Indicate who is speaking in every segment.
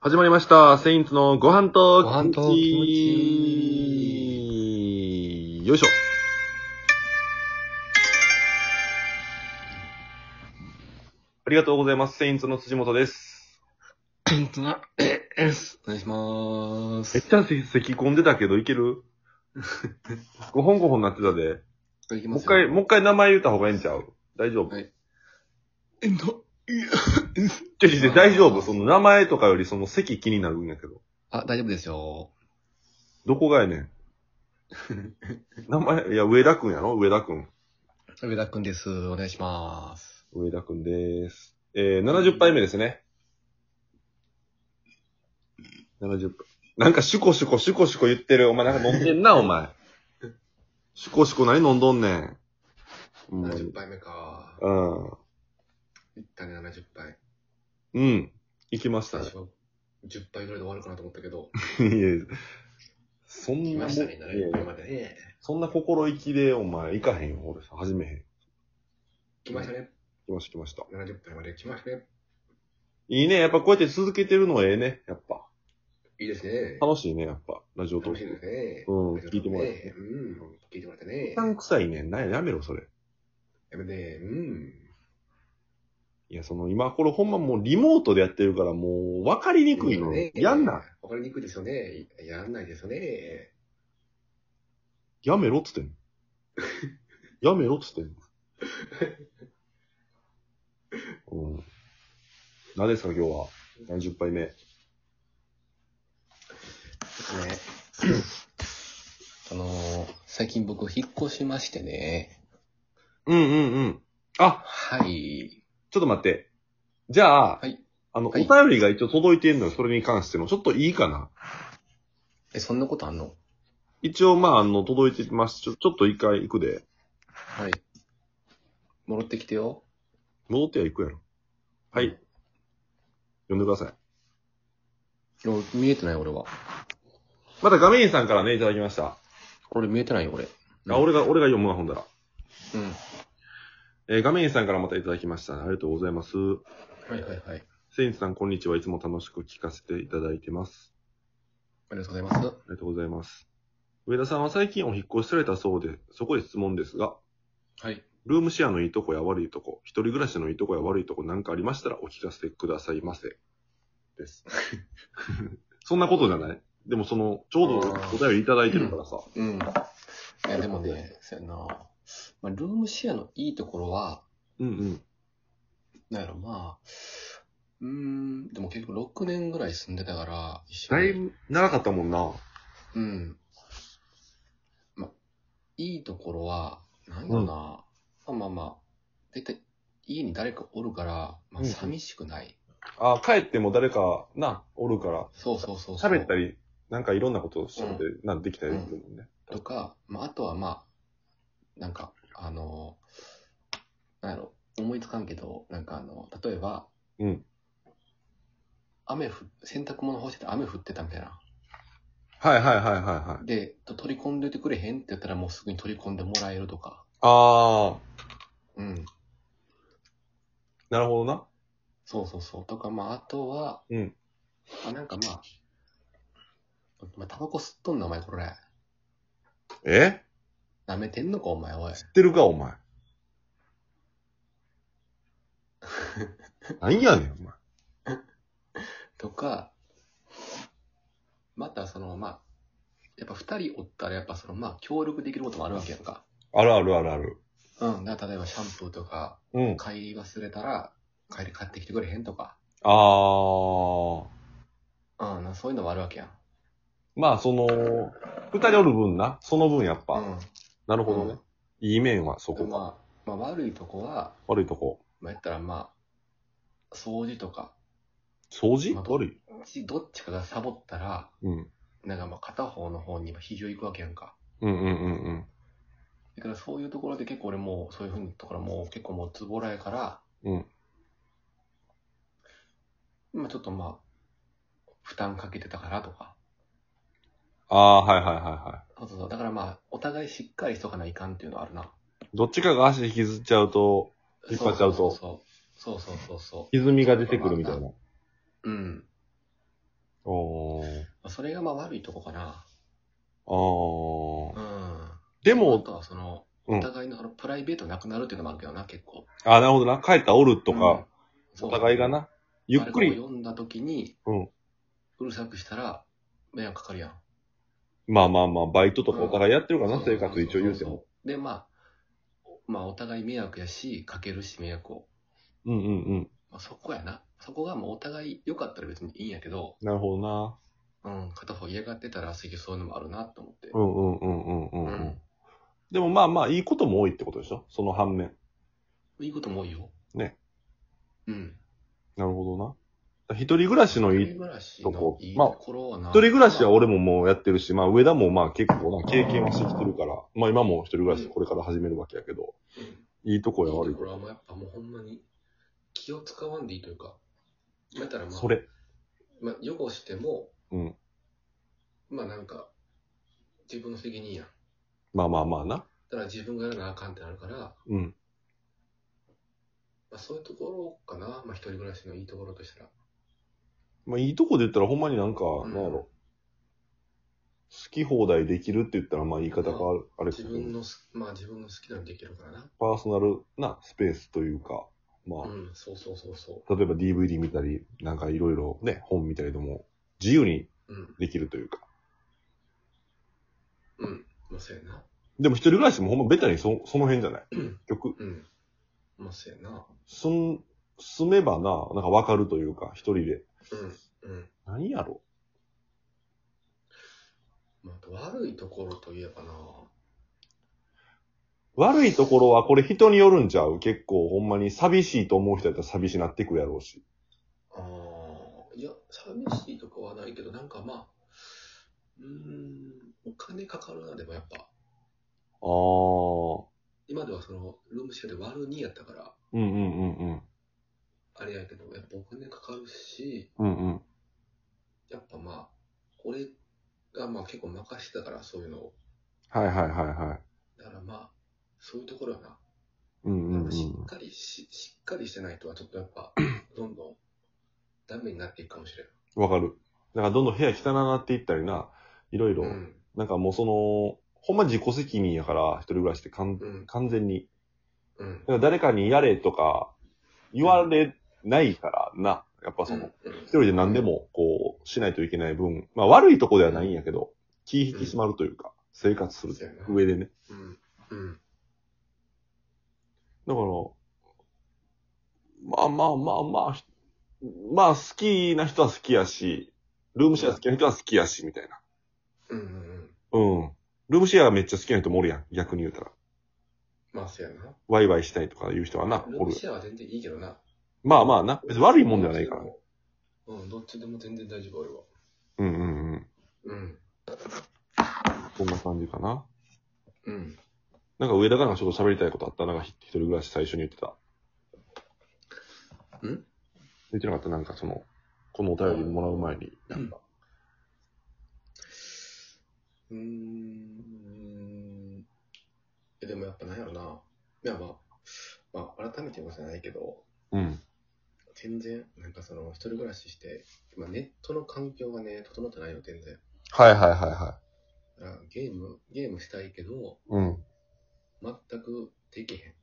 Speaker 1: 始まりました。セインツのご飯と
Speaker 2: ご飯と
Speaker 1: 気持ち
Speaker 2: 気持ち
Speaker 1: いいよいしょ。ありがとうございます。セインツの辻本です。
Speaker 2: えっとな、え、えす。お願いしまー
Speaker 1: めっ
Speaker 2: す。
Speaker 1: ちゃ咳咳込んでたけどいけ る ?5 本5本なってたで。
Speaker 2: いきま
Speaker 1: もう一
Speaker 2: すよ
Speaker 1: 回、もう一回名前言った方がいいんちゃう大丈夫。
Speaker 2: はいえっと、いや
Speaker 1: ちょいちょいちょい大丈夫。その名前とかよりその席気になるんやけど。
Speaker 2: あ、大丈夫ですよ。
Speaker 1: どこがやね ん。名前、いや、上田くんやろ上田くん。
Speaker 2: 上田くんです。お願いしまーす。
Speaker 1: 上田くんです。えー、70杯目ですね。70杯。なんかシュコシュコシュコシュコ言ってる。お前なんか飲んで んな、お前。シュコシュコ何飲んどんねん。うん。
Speaker 2: 70杯目か。
Speaker 1: うん。
Speaker 2: いったね、70杯。
Speaker 1: うん。行きました
Speaker 2: 最
Speaker 1: ね。
Speaker 2: 初は10杯ぐらいで終わるかなと思ったけど、
Speaker 1: いやそん
Speaker 2: 来
Speaker 1: なもん、
Speaker 2: ましたね、
Speaker 1: いやい
Speaker 2: 70杯
Speaker 1: や
Speaker 2: までね。
Speaker 1: そんな心意気で、お前、行かへんよ、俺さ、始めへん。
Speaker 2: 来ましたね、
Speaker 1: 来ました、来ました。
Speaker 2: 70杯まで来ましたね。
Speaker 1: いいね、やっぱこうやって続けてるのええね、やっぱ。
Speaker 2: いいですね。
Speaker 1: 楽しいね、やっぱ、ラジオト
Speaker 2: 楽し
Speaker 1: ー
Speaker 2: い
Speaker 1: ク。
Speaker 2: です
Speaker 1: う
Speaker 2: ね。
Speaker 1: ん聞いてもらっ
Speaker 2: ね
Speaker 1: て
Speaker 2: うん、聞いてもらってね
Speaker 1: 一。旦臭いね、なやめろ、それ。
Speaker 2: やめて、うん。
Speaker 1: いや、その今、これほんまもうリモートでやってるから、もう分かりにくいの。やんな。。
Speaker 2: わかりにくいですよね。やんないですよね。
Speaker 1: やめろっつ ってんの。やめろっつ ってんの。うん。何ですか、今日は。何十杯目。
Speaker 2: ね。あのー、最近僕引っ越しましてね。
Speaker 1: うんうんうん。あ、
Speaker 2: はい。
Speaker 1: ちょっと待って。じゃあ、
Speaker 2: はい
Speaker 1: あの、
Speaker 2: はい
Speaker 1: お便りが一応届いてんのよ、それに関しての。ちょっといいかな。
Speaker 2: え、そんなことあんの
Speaker 1: 一応、まあ、あの、届いてます。ちょ、ちょっと一回行くで。
Speaker 2: はい。戻ってきてよ。
Speaker 1: 戻っては行くやろ。はい。読んでください。
Speaker 2: いや見えてない俺は。
Speaker 1: また画面さんからね、いただきました。
Speaker 2: 俺見えてないよ俺。
Speaker 1: あ、俺が、俺が読むわ、ほんだら。
Speaker 2: うん。
Speaker 1: えー画面さんからまたいただきました。ありがとうございます。
Speaker 2: はいはいはい。
Speaker 1: セインツさん、こんにちは。いつも楽しく聞かせていただいてます。
Speaker 2: ありがとうございます。
Speaker 1: ありがとうございます。上田さんは最近お引っ越しされたそうで、そこで質問ですが、
Speaker 2: はい。
Speaker 1: ルームシェアのいいとこや悪いとこ、一人暮らしのいいとこや悪いとこなんかありましたらお聞かせくださいませ。 です。そんなことじゃないでもその、ちょうどお便りいただいてるからさ。
Speaker 2: うん。いやでもね、そうやな。まあ、ルームシェアのいいところは、
Speaker 1: うんうん。
Speaker 2: なんやろ、まあ、うーん、でも結局6年ぐらい住んでたから、一緒
Speaker 1: だ
Speaker 2: に
Speaker 1: いぶ長かったもんな。
Speaker 2: うん。ま、いいところは、なんだろうな、まあまあまあ、だいたい家に誰かおるから、ま
Speaker 1: うん
Speaker 2: あ
Speaker 1: うん
Speaker 2: 寂しくない。
Speaker 1: あ、帰っても誰か、な、おるから、
Speaker 2: そうそうそうそう。
Speaker 1: 喋ったり、なんかいろんなことをしって、なんできたりするもんね。
Speaker 2: とか、まああとはまあ、なんか、あの、なんやろ、思いつかんけど、なんかあの、例えば、
Speaker 1: うん
Speaker 2: 雨ふ、洗濯物干してて雨降ってたみたいな。
Speaker 1: はいはいはいはいはい。
Speaker 2: で、と取り込んでてくれへんって言ったらもうすぐに取り込んでもらえるとか。
Speaker 1: あ
Speaker 2: うん。
Speaker 1: ー、なるほどな。
Speaker 2: そうそうそう。とか、まあ、あとは、
Speaker 1: うん
Speaker 2: まあ、なんかまあ、まあ、タバコ吸っとんな、お前、これ。
Speaker 1: え
Speaker 2: 舐めてんのか、お前、おい。
Speaker 1: 知ってるか、お 前。何やねん、お前。
Speaker 2: とか、また、その、まあ、やっぱ二人おったら、やっぱその、まあ、協力できることもあるわけやんか。
Speaker 1: あるあるあるある。
Speaker 2: うん。だから例えば、シャンプーとか、
Speaker 1: うん。
Speaker 2: 買い忘れたら、帰り買ってきてくれへんとか。
Speaker 1: あー。
Speaker 2: うん。なそういうのもあるわけやん。
Speaker 1: まあ、その、二人おる分な。その分やっぱ。
Speaker 2: うん。
Speaker 1: なるほどね。いい面はそ
Speaker 2: で
Speaker 1: こか。
Speaker 2: まあ、まあ、悪いとこは、
Speaker 1: 悪いとこ。
Speaker 2: まあ、言ったら、まあ、掃除とか、
Speaker 1: 掃除
Speaker 2: まあ
Speaker 1: 悪い。
Speaker 2: どっちかがサボったら、
Speaker 1: うん。
Speaker 2: なんかまあ片方の方に比重いくわけやんか。
Speaker 1: うんうんうんうん。
Speaker 2: だからそういうところで結構俺もうそういうふうなところもう結構もうズボラやから、
Speaker 1: うん。
Speaker 2: まあちょっとまあ、負担かけてたからとか。
Speaker 1: あー、はいはいはいは
Speaker 2: そうそうそう。だからまあ、お互いしっかりしとかないかんっていうのはあるな。
Speaker 1: い。どっちかが足引きずっちゃうと、引っ張っちゃうと
Speaker 2: そうそうそうそうそうそうそう
Speaker 1: 歪みが出てくるみたいな。
Speaker 2: そう。うん。
Speaker 1: おー。
Speaker 2: まあそれがまあ悪いとこかな。
Speaker 1: あー。
Speaker 2: うん。
Speaker 1: で
Speaker 2: あ
Speaker 1: も、
Speaker 2: とはその、
Speaker 1: うん
Speaker 2: お互いのそのプライベートなくなるっていうのもあるけどな、結構。
Speaker 1: あ、なるほどな。帰ったおるとか、
Speaker 2: うん
Speaker 1: お互いが。な。ゆっく
Speaker 2: 誰か
Speaker 1: り
Speaker 2: を、読んだ時に、
Speaker 1: うん
Speaker 2: るさくしたら、迷惑かかるやん。
Speaker 1: まあまあまあ、バイトとかお互いやってるからな、
Speaker 2: そう
Speaker 1: 生活一応言うても。。
Speaker 2: で、まあ、まあ、お互い迷惑やし、かけるし、迷惑を。
Speaker 1: うんうんうん。
Speaker 2: まあ、そこやな。そこがもうお互い良かったら別にいいんやけど、
Speaker 1: なるほどな。
Speaker 2: うん、片方嫌がってたら、結局そういうのもあるなと思って。
Speaker 1: うんうんうんうんうんう
Speaker 2: うんん。
Speaker 1: でもまあまあ、いいことも多いってことでしょその反面。
Speaker 2: いいことも多いよ。
Speaker 1: ね。
Speaker 2: うん。
Speaker 1: なるほどな。だから一人暮らしのいい、
Speaker 2: 一人暮らし
Speaker 1: とこ
Speaker 2: のいい
Speaker 1: まあ
Speaker 2: ところはな。
Speaker 1: 一人暮らしは俺ももうやってるし、まあ上田もまあ結構な経験はしてきてるから、まあ今も一人暮らしこれから始めるわけやけど、いいとこや
Speaker 2: い
Speaker 1: 悪
Speaker 2: い
Speaker 1: いと
Speaker 2: ところは
Speaker 1: こ。
Speaker 2: もうやっぱもうほんまに気を使わんでいいというか、やったらまあ、
Speaker 1: それ。
Speaker 2: まあ、汚しても、
Speaker 1: うん
Speaker 2: まあなんか、自分の責任やん。
Speaker 1: まあまあまあな。
Speaker 2: だから自分がやらなあかんってなるから、ま
Speaker 1: うん。
Speaker 2: あ、そういうところかな、まあ、一人暮らしのいいところとしたら。
Speaker 1: まあいいとこで言ったらほんまになんか、
Speaker 2: ん
Speaker 1: なんやろ。好き放題できるって言ったらまあ言い方があれです
Speaker 2: 自
Speaker 1: けど、
Speaker 2: 分のす、まあ自分の好きなのできるからな。
Speaker 1: パーソナルなスペースというか、ま
Speaker 2: うん、そうそうそうそ
Speaker 1: あ、例えば DVD 見たり、なんかいろいろね、本見たりでも自由に
Speaker 2: う。うん、
Speaker 1: できるというか。
Speaker 2: うん、まあそうやな。
Speaker 1: でも一人暮らしもほんまベタにそその辺じゃない曲、
Speaker 2: うん、まあそうやな。
Speaker 1: すん、住めばな、なんかわかるというか、一人で。
Speaker 2: うん、うん。
Speaker 1: 何やろ
Speaker 2: まあ、あと悪いところといえばな、
Speaker 1: 悪いところはこれ人によるんちゃう結構ほんまに寂しいと思う人やったら寂しなってくやろうし。
Speaker 2: ああ、いや、寂しいとかはないけど、なんかまあ、うーん、お金かかるな、でもやっぱ。
Speaker 1: あー。
Speaker 2: 今ではその、ルームシェアで割る2やったから、
Speaker 1: うんうんうんうん。
Speaker 2: あれやけど、やっぱお金かかるし、
Speaker 1: うんうん。
Speaker 2: やっぱまあ、俺がまあ結構任してたから、そういうのを。
Speaker 1: はいはいはいはい。
Speaker 2: だからまあ、そういうところはな。
Speaker 1: うんう
Speaker 2: なん
Speaker 1: ん
Speaker 2: か
Speaker 1: う
Speaker 2: し
Speaker 1: ん
Speaker 2: っ。かりし、しっかりしてないとは、ちょっとやっ ぱ、どんどん、ダメになっていくかもしれ
Speaker 1: わかる。だからどんどん部屋汚なっていったりな、いろいろ、
Speaker 2: ない。うん。
Speaker 1: なんかもうその、ほんま自己責任やから、一人暮らしってかん、
Speaker 2: うん。
Speaker 1: 完全に。
Speaker 2: うん
Speaker 1: だ。から誰かにやれとか、言われないからな。やっぱその、
Speaker 2: うん、
Speaker 1: 一人で何でも、こう、しないといけない分、まあ悪いとこではないんやけど、気引き締まるというか、生活する
Speaker 2: そうやな
Speaker 1: 上でね。
Speaker 2: うん。うん。
Speaker 1: だから、まあまあまあまあ、ひまあ好きな人は好きやし、ルームシェア好きな人は好きやし、みたいな。
Speaker 2: うん。うん。うん。
Speaker 1: うん。ルームシェアがめっちゃ好きな人もおるやん。逆に言うたら。
Speaker 2: まあ、そうやな。
Speaker 1: ワイワイしたいとか言う人はな、
Speaker 2: ル
Speaker 1: お
Speaker 2: ーム
Speaker 1: る。
Speaker 2: シェアは全然いいけどな。
Speaker 1: まあまあな。別に悪いもんではないからね。
Speaker 2: うん、どっちでも全然大丈夫、俺は。
Speaker 1: うんうんうん。
Speaker 2: うん。
Speaker 1: こんな感じかな。
Speaker 2: うん。
Speaker 1: なんか上田がなんかちょっと喋りたいことあったなんかひ一人暮らし最初に言ってた。
Speaker 2: ん
Speaker 1: 言ってなかったなんかその、このお便りもらう前に。なんか
Speaker 2: うーん。えでもやっぱなんやろな。いや、まあ、まあ、改めて言うことじゃないけど、
Speaker 1: うん。
Speaker 2: 全然、なんかその、一人暮らしして、まあ、ネットの環境がね、整ってないよ、全然。
Speaker 1: はいはいはいはい。
Speaker 2: だからゲーム、ゲームしたいけど、
Speaker 1: うん。
Speaker 2: 全くできへ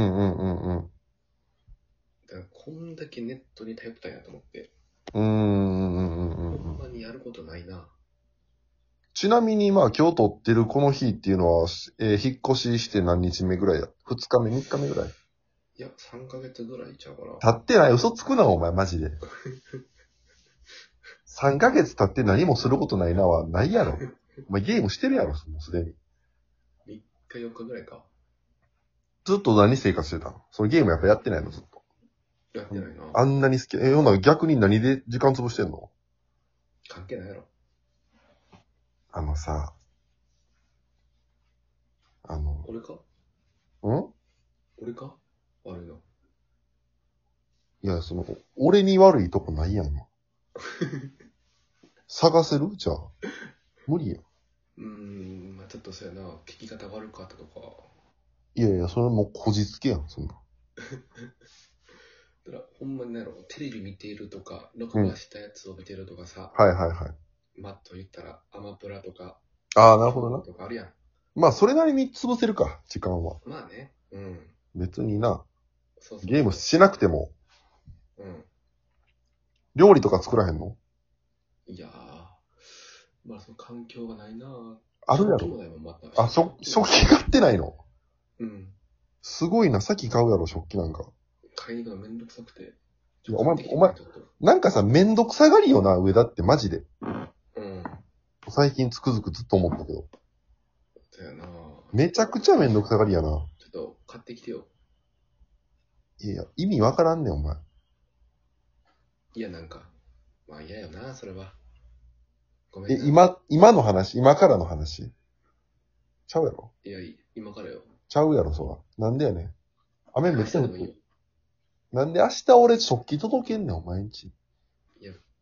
Speaker 1: うんうんうん
Speaker 2: だから、こんだけネットに頼ったんやと思って、
Speaker 1: うん。うんうんうんう
Speaker 2: ほ
Speaker 1: ん
Speaker 2: んまにやることないな。
Speaker 1: ちなみにまあ今日撮ってるこの日っていうのは、えー引っ越しして何日目ぐらいや ?2 日目、3日目ぐらい
Speaker 2: いや、3ヶ月ぐらいちゃうかな。
Speaker 1: 経ってない嘘つくな、お前マジ で。3ヶ月経って何もすることないなはないやろ。お前ゲームしてるやろ、もうすでに。
Speaker 2: 1回4日ぐらいか。
Speaker 1: ずっと何生活してたのそのゲームやっぱやってないのずっと。
Speaker 2: やってないな。
Speaker 1: あんなに好き。え、ほんなら逆に何で時間潰してんの
Speaker 2: 関係ないやろ。
Speaker 1: あのさ、あの、
Speaker 2: 俺か
Speaker 1: ん
Speaker 2: 俺か悪いの。
Speaker 1: いや、その、俺に悪いとこ ないやん。探せるじゃあ。無理やん。
Speaker 2: うーん、まあちょっとそうやな、聞き方悪かったとか、
Speaker 1: いやいや、それもうこじつけやん、そんな。
Speaker 2: それはほんまになんやろ、テレビ見ているとか、録画したやつを見てるとかさ、
Speaker 1: はいはいはい。
Speaker 2: マット言ったら、アマプラとか、
Speaker 1: ああ、なるほどな。
Speaker 2: とかあるやん。
Speaker 1: まあ、それなりに潰せるか、時間は。
Speaker 2: まあね、うん。
Speaker 1: 別にな、
Speaker 2: そうそう
Speaker 1: ゲームしなくても、
Speaker 2: うん。
Speaker 1: 料理とか作らへんの
Speaker 2: いやー、まあその環境がないなぁ。
Speaker 1: あるや
Speaker 2: 食器
Speaker 1: ろ。
Speaker 2: もないもんまた
Speaker 1: あ、食、食器買ってないの
Speaker 2: うん。
Speaker 1: すごいな、さっき買うやろ、食器なんか。
Speaker 2: 買いに行くのめんどくさくて。
Speaker 1: いやお前お前
Speaker 2: ちょっと
Speaker 1: なんかさ、めんどくさがりよな、上だって、マジで。
Speaker 2: うん。
Speaker 1: 最近つくづくずっと思ったけど。
Speaker 2: だよなぁ。
Speaker 1: めちゃくちゃめんどくさがりやな。
Speaker 2: ちょっと買ってきてよ。
Speaker 1: いやいや、意味わからんねん、お前。
Speaker 2: いや、なんか。まあ嫌よな、それは。ごめん
Speaker 1: え
Speaker 2: な。、
Speaker 1: 今、今の話今からの話ちゃうやろ
Speaker 2: いや、い今からよ。
Speaker 1: ちゃうやろ、そら。なんでやねん。雨めっちゃ降っ
Speaker 2: 明日でも
Speaker 1: て
Speaker 2: いいよ
Speaker 1: る。なんで明日俺食器届けんねん、お前んち。い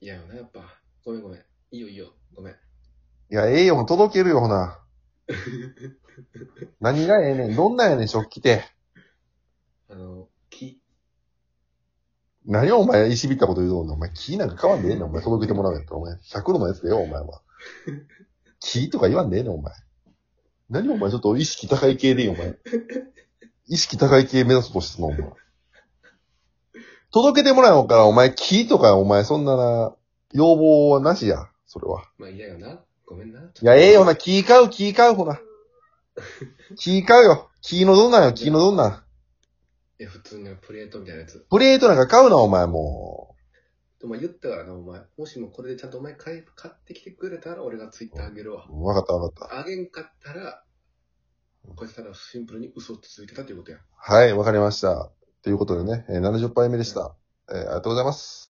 Speaker 2: 嫌よな、やっぱ。ごめんごめん。いいよいいよ。ごめん。
Speaker 1: や、ええよ、届けるよ、ほ な。何がええねん。どんなんやねん、食器って。
Speaker 2: あの、木。
Speaker 1: 何をお前、石びったこと言うとんねん。お前、木なんか買わんでええねん、お前。届けてもらうんやったら、お前。100度のやつだよ、お前は。木とか言わんでええねん、お前。何お前、ちょっと意識高い系でいいよ、お前。意識高い系目指そうとしてんの、お前。届けてもらうから、お前、木とか、お前、そんなな、要望はなしや、それは。
Speaker 2: まあ嫌よな。ごめんな。ちょっと
Speaker 1: いや、ええよな、。気買う、気買う、ほな。気買うよ。気のどんなんよ、気のどんなん。
Speaker 2: え、普通のプレートみたいなやつ。
Speaker 1: プレートなんか買うな、お前、も
Speaker 2: でも言ったからな、お前。もしもこれでちゃんとお前買い買ってきてくれたら、俺がツイッターあげるわ。
Speaker 1: う。わかった、わかっ
Speaker 2: あげんかったら、これただシンプルに嘘をついてたということや。
Speaker 1: た。はい、わかりました。ということでね、えー70杯目でした。えーありがとうございます。